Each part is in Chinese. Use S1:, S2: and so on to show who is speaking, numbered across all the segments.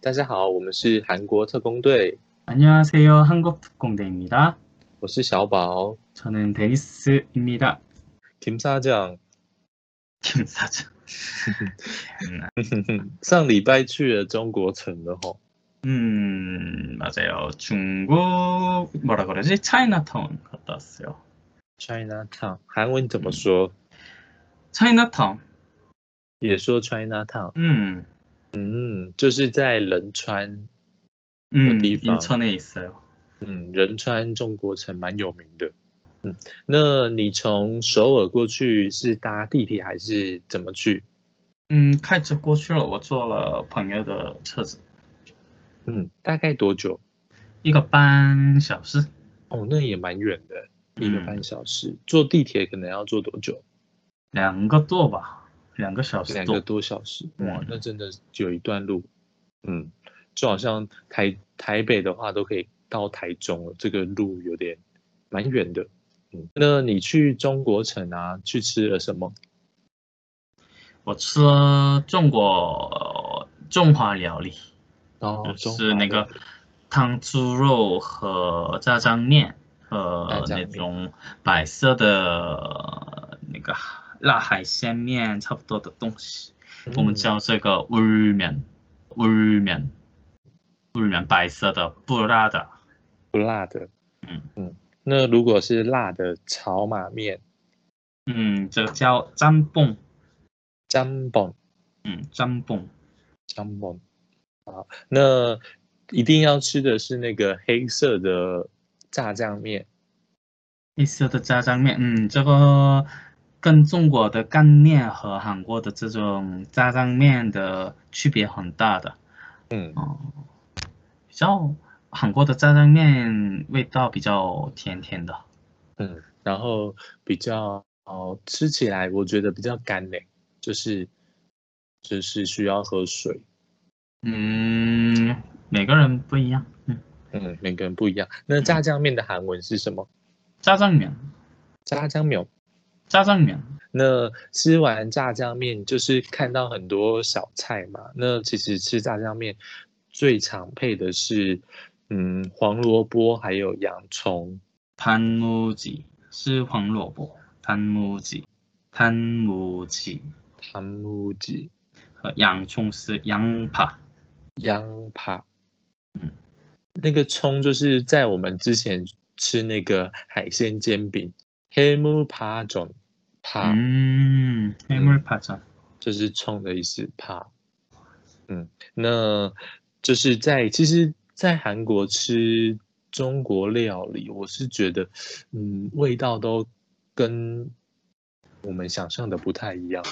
S1: 大家好，我们是韩国特工队，
S2: 안녕하세요. 한국특공대입니다.
S1: 我是小宝
S2: 저는 데니스입니다.
S1: 김 사장。
S2: 김사장.
S1: 上礼拜去了中国城了吼，
S2: 음, 맞아요. 중국 뭐라 그러지? 차이나타운 갔다 왔어요.
S1: China Town，韩文怎么说？
S2: 차이나타운.
S1: 也说 China Town，
S2: 음.
S1: 嗯，就是在仁川，
S2: 음,
S1: 어디 봐.
S2: 인천에 있어요.
S1: 嗯，仁川中国城蛮有名的。嗯，那你从首尔过去是搭地铁还是怎么去？
S2: 음, 칼집 꼬추러 워쩌러 방여더 처즈.
S1: 嗯，大概多久？
S2: 이거 반小时.
S1: 哦，那也蛮远的，一个半小时。坐地铁可能要坐多久？
S2: 两个多吧.两个小时
S1: 两个多小时，哇
S2: 嗯，
S1: 那真的有一段路。嗯，就好像台台北的话，都可以到台中了，这个路有点蛮远的。嗯，那你去中国城啊，去吃了什么？
S2: 我吃了中国中华料理，
S1: 哦，
S2: 就
S1: 中
S2: 是
S1: 华
S2: 那
S1: 料
S2: 个
S1: 理
S2: 糖猪肉和炸酱面
S1: 炸
S2: 和
S1: 酱
S2: 那
S1: 面
S2: 种白色的那个辣海鲜面差不多的东西，我们
S1: 嗯
S2: 叫这个乌日面，乌日面，乌日面白色的不辣的，
S1: 不辣的。
S2: 嗯
S1: 嗯，那如果是辣的炒马面、
S2: 嗯，这个叫짬뽕，
S1: 짬뽕、
S2: 嗯，짬뽕，
S1: 姜饼。好，那一定要吃的是那个黑色的炸酱面。
S2: 黑色的炸酱面，嗯，这个跟中国的干面和韩国的这种炸酱面的区别很大的。
S1: 嗯，
S2: 哦，比较韩国的炸酱面味道比较甜甜的，
S1: 嗯，然后比较哦，吃起来我觉得比较干嘞，就是就是需要喝水。
S2: 嗯，每个人不一样，嗯，
S1: 嗯，每个人不一样。那炸酱面的韩文是什么？
S2: 炸酱面，
S1: 炸酱面。
S2: 炸酱面，
S1: 那吃完炸酱面，就是看到很多小菜嘛。那其实吃炸酱面最常配的是，嗯，黄萝卜还有洋葱。
S2: 盘木鸡是黄萝卜，盘木鸡，盘木鸡
S1: 汤姆鸡、
S2: 和洋葱是洋扒，
S1: 羊扒，
S2: 嗯，
S1: 那个葱就是在我们之前吃那个海鲜煎饼黑木扒种扒，
S2: 嗯，黑木扒酱。
S1: 就是葱的意思扒。嗯，那就是在其实，在韩国吃中国料理，我是觉得，嗯，味道都跟我们想象的不太一样，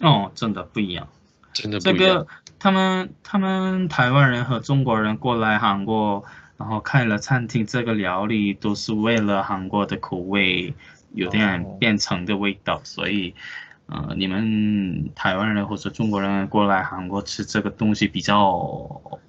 S2: 哦，真的不一样。
S1: 真的不
S2: 这
S1: 一样。
S2: 个他们他们台湾人和中国人过来韩国，然后开了餐厅，这个料理都是为了韩国的口味，有点
S1: 哦
S2: 变成的味道，所以。呃，你们台湾人或者中国人过来韩国吃这个东西比较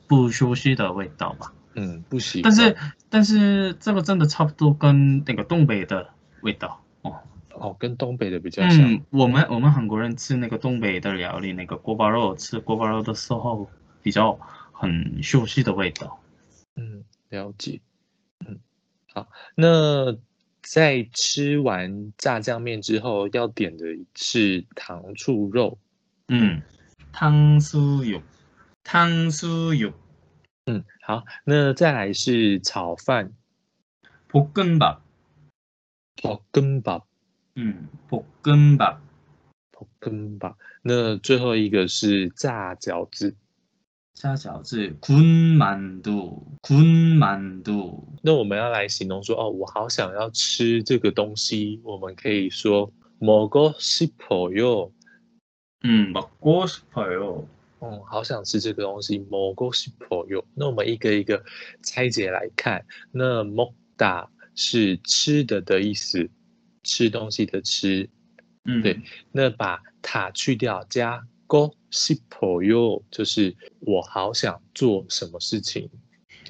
S2: 不熟悉的味道吧，
S1: 嗯，不习
S2: 但
S1: 惯。
S2: 是但是这个真的差不多跟那个东北的味道哦，
S1: 哦，跟东北的比较像。
S2: 嗯，我们我们韩国人吃那个东北的料理，那个锅包肉，吃锅包肉的时候比较很熟悉的味道。
S1: 嗯，了解。嗯，好，那在吃完炸酱面之后，要点的是糖醋肉。
S2: 嗯，汤酥油，汤酥油，
S1: 嗯，好，那再来是炒饭，
S2: 볶음밥。
S1: 볶음밥，
S2: 嗯，볶음밥，
S1: 볶음밥。那最后一个是炸饺子，
S2: 짜장면, 군만두, 군만두.
S1: 那我们要来形容说，哦，我好想要吃这个东西，我们可以说먹고싶어요。
S2: 嗯，먹고 음, 싶어요.
S1: 嗯，好想吃这个东西，먹고싶어요。那我们一个一个拆解来看，那먹다是吃的的意思，吃东西的吃。
S2: 嗯，
S1: 对，那把다去掉，加고싶어요，就是我好想做什么事情，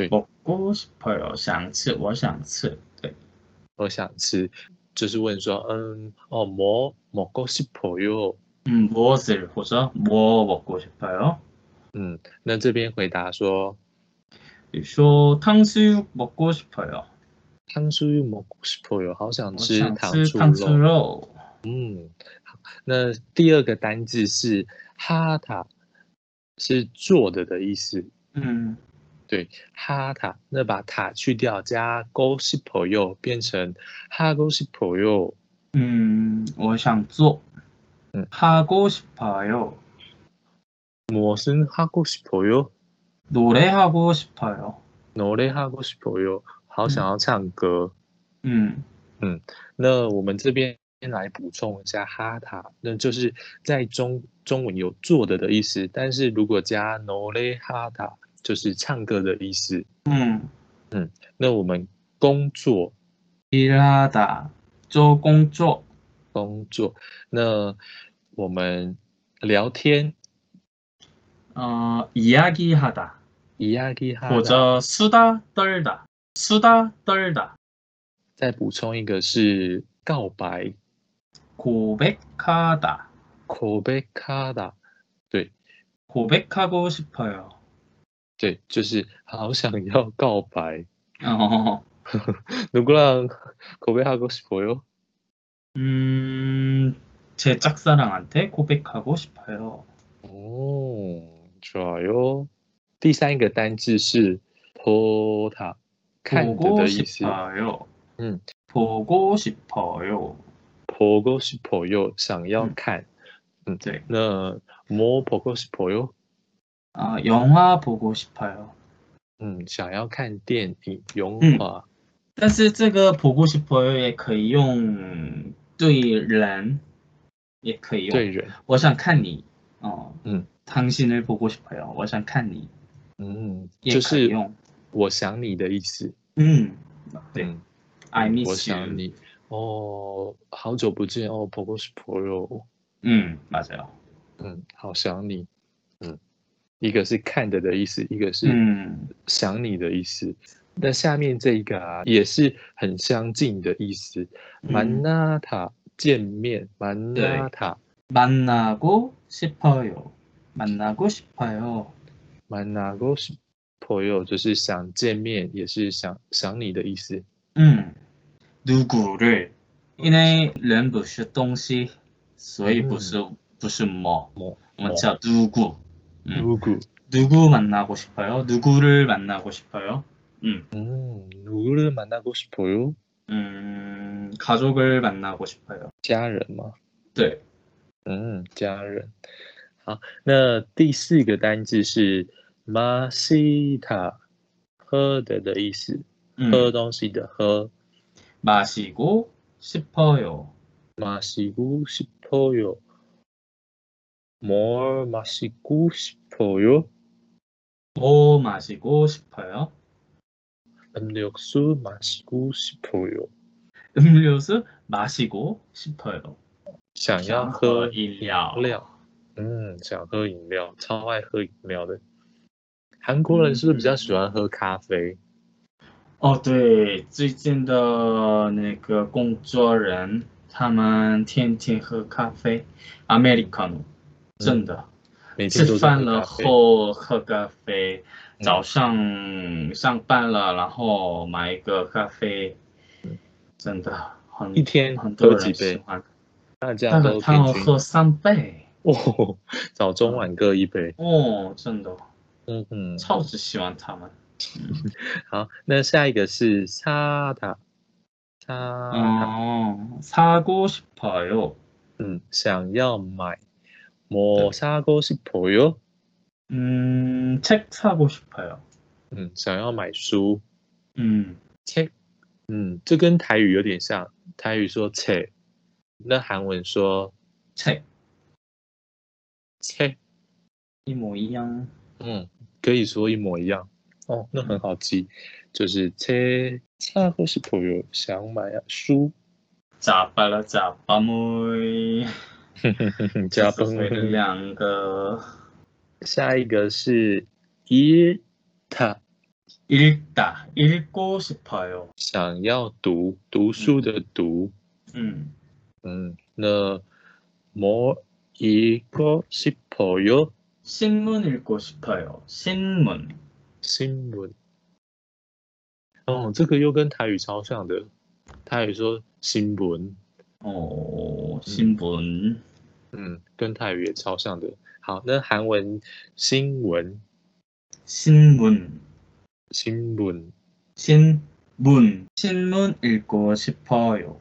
S2: 먹고 싶어요. 네. 想吃，我想吃。对，
S1: 我想吃，就是问说，嗯，哦，뭐먹고싶어요，
S2: 음, 뭐 嗯，무엇을或者뭐 먹고 싶어요?
S1: 嗯，那这边回答说
S2: 你说탕수육 먹고 싶어요.
S1: 汤수육먹고싶어요，好想
S2: 我
S1: 吃
S2: 想
S1: 糖
S2: 吃
S1: 醋
S2: 糖醋
S1: 肉。
S2: 肉。
S1: 那第二个单字是哈塔，是做的的意思。
S2: 嗯，
S1: 哈塔，那把塔去掉，加 go s i p o y o 变成哈 go s i p o y o
S2: 嗯，我想做。
S1: 嗯
S2: 음, 하고싶어요。
S1: 무엇은 하고 싶어요?
S2: 노래하고 싶어요.
S1: 노래하고 싶어요. 好想要唱歌。
S2: 음,
S1: 那我们这边来补充一下哈塔，那就是在中中文有做的的意思，但是如果加 노래哈塔，就是唱歌的意思。
S2: 음.
S1: 那我们工作
S2: 일하다. 조공조.
S1: 工作，那我们聊天
S2: 어, 이야기하다.
S1: 이야기 하다。
S2: 或者 수다 떨다. 수다 떨다.
S1: 再补充一个是告白
S2: 고백하다.
S1: 고백하다，
S2: 고백하고 싶어요.
S1: 对，就是好想要告白。
S2: 어,
S1: 누구랑 고백하고 싶어요?
S2: 음, 제 짝사랑한테 고백하고 싶어요.
S1: 哦，좋아요。第三个单字是 “pota”，看着
S2: 보고
S1: 的意思。
S2: 싶어요.
S1: 음.
S2: 보고 싶어요.
S1: “pogo” 是 “poyo”，想要
S2: 嗯
S1: 看。
S2: 네.
S1: 那 “mo pogo” 是 “poyo”，
S2: 아, 영화 보고 싶어요.
S1: 嗯，想要看电影、油
S2: 嗯
S1: 画。
S2: 但是这个보고 싶어요也 예, 그可以用对人，也可以用。
S1: 对人，
S2: 我想看你哦，
S1: 嗯，
S2: 어, 당신을보고싶어요，我 예, 그想看你，
S1: 嗯，
S2: 也
S1: 就
S2: 可以
S1: 是
S2: 用。
S1: 我想你的意思。
S2: 嗯对
S1: 嗯，
S2: 음, ，I
S1: 我
S2: miss
S1: 想
S2: you。
S1: 你。哦，好久不见哦，pogo 是 “poyo”。
S2: 嗯，맞아요。
S1: 嗯，好想你。嗯，一个是看着的意思，一个
S2: 음.
S1: 是
S2: 嗯
S1: 想你的意思。那下面这一个啊，也是很相近的意思。
S2: 嗯
S1: 만나다见面，만나다
S2: 만나고싶어요만나고싶어요。
S1: 만나고是朋友，就是想见面，也是想想你的意思。
S2: 嗯，누구를因为人不是东西，所以不是不是么，
S1: 뭐
S2: 我们叫누구。嗯
S1: 如果
S2: 누구 만나고 싶어요? 누구를 만나고 싶어요? 음,
S1: 嗯，누구를만나고싶어요？
S2: 음, 가족을 만나고 싶어요.
S1: 家人吗？
S2: 네.
S1: 嗯，家人。好，那第四个单字是马西塔，喝的的意思，
S2: 음,
S1: 喝东西的喝。
S2: 마시고 싶어요.
S1: 마시고싶어요뭘마시고싶어요
S2: 뭐 마시고 싶어요?
S1: 음료수 마시고 싶어요.
S2: 음료수 마시고 싶어요.
S1: 想要喝饮
S2: 想喝饮料。
S1: 料，嗯，想喝饮料，超爱喝饮料的。韩国人是不是比
S2: 嗯
S1: 较喜欢喝咖啡？
S2: 哦，对，最近的那个工作人，他们天天喝咖啡，Americano，真的。
S1: 每嗯天
S2: 吃
S1: 都在
S2: 饭
S1: 喝
S2: 了
S1: 咖啡。
S2: 后喝咖啡，
S1: 嗯
S2: 早上上班了，然后买一个咖啡，真的很
S1: 一天
S2: 嗯很多
S1: 喝几
S2: 人喜
S1: 杯？
S2: 欢，
S1: 大
S2: 大
S1: 家
S2: 概
S1: 都
S2: 他
S1: 平
S2: 要
S1: 均
S2: 喝三杯
S1: 哦，早中晚各一杯。
S2: 哦，真的
S1: 嗯嗯，
S2: 超级喜欢他们。
S1: 好，那下一个是沙塔，沙塔，
S2: 哦，사고싶어요，
S1: 嗯，想要买，我사고싶어요，
S2: 음책嗯사고싶어요，
S1: 嗯，想要买书，
S2: 嗯
S1: 切，嗯，这跟台语有点像，台语说切，那韩文说
S2: 책
S1: 切，
S2: 一模一样。
S1: 嗯，可以说一模一样，哦，那很好记，就是切사고싶어요，想买啊书，
S2: 咋巴了咋巴妹，
S1: 加
S2: 这是
S1: 分
S2: 为了两个
S1: 下一个是一塔，
S2: 읽다 읽고 싶어요.
S1: 想要读读书的读，
S2: 음.
S1: 嗯，那뭐읽고싶어요
S2: 신문 읽고 싶어요. 신문.
S1: 新闻。哦，这个又跟台语超像的，台语说新闻，
S2: 어, 신문.
S1: 嗯，跟泰语也超像的。好，那韩文新闻
S2: 신문.
S1: 新闻
S2: 신문. 신문 읽고 싶어요.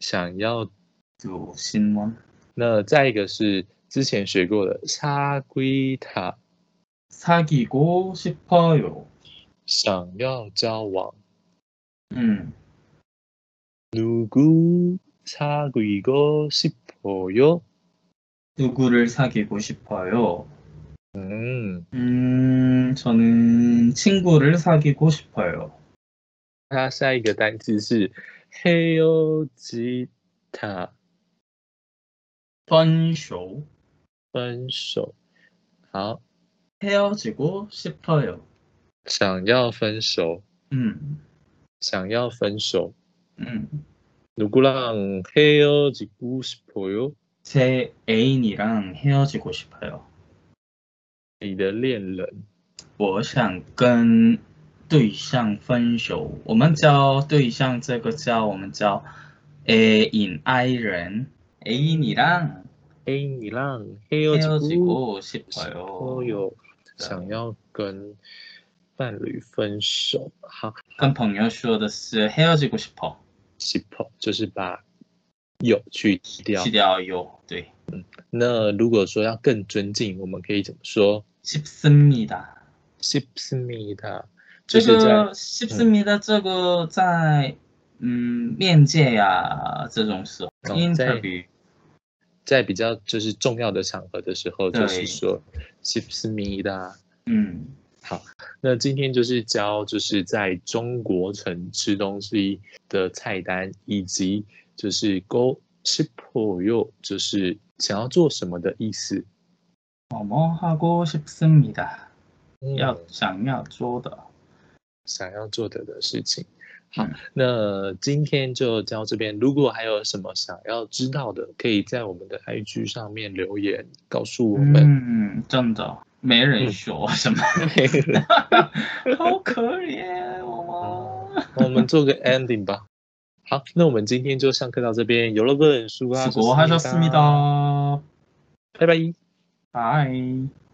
S1: 想要，
S2: 또 신문.
S1: 那再一个是之前学过的사귀다，
S2: 사귀고 싶어요.
S1: 想要交往。
S2: 음.
S1: 누구사귀고싶어요？
S2: 누구를 사귀고 싶어요?
S1: 嗯，
S2: 음, 저는 친구를 사귀고 싶어요.
S1: 那下一个单词是헤어지다，
S2: 번쇼.
S1: 分手。好，
S2: 헤어지고 싶어요.
S1: 想要分手，
S2: 음,
S1: 想要分手。
S2: 음.
S1: 누구랑헤어지고싶어요？
S2: 제 애인이랑 헤어지고 싶어요.
S1: 你的恋人，
S2: 我想跟对象分手。我们叫对象这个叫我们叫 애인, 아이런. 애인이랑
S1: 哎，你让黑又几股
S2: 헤어지고 싶어요.
S1: 哦哟，想要跟伴侣分手，好，
S2: 跟朋友说的是 헤어지고 싶어，
S1: 洗泡就是把有去掉
S2: 去。掉有对
S1: 那如果说要更尊敬，我们可以怎么说
S2: ，싶습니다。
S1: ？sip s m i t a 就
S2: 这
S1: 是在
S2: 个 싶습니다 음, 这个在嗯面界呀、这种时候
S1: 哦在
S2: ，interview
S1: 在比较就是重要的场合的时候，
S2: 对
S1: 就是说 sip s m i t a
S2: 嗯
S1: 那今天就是教就是在中国城吃东西的菜单，以及就是勾 s i p o yo，就是想要做什么的意思。
S2: 어, 뭐뭐하고 싶습니다
S1: 嗯
S2: 要想要做的
S1: 想要做的的事情。好
S2: 嗯，
S1: 那今天就教这边。如果还有什么想要知道的，可以在我们的 IG 上面留言告诉我们。
S2: 嗯真的没人 说什么好可怜我们
S1: 我们做个 ending 吧。好，那我们今天就上课到这边。有了个人书啊，
S2: 수고하셨습니다
S1: 拜拜。
S2: 拜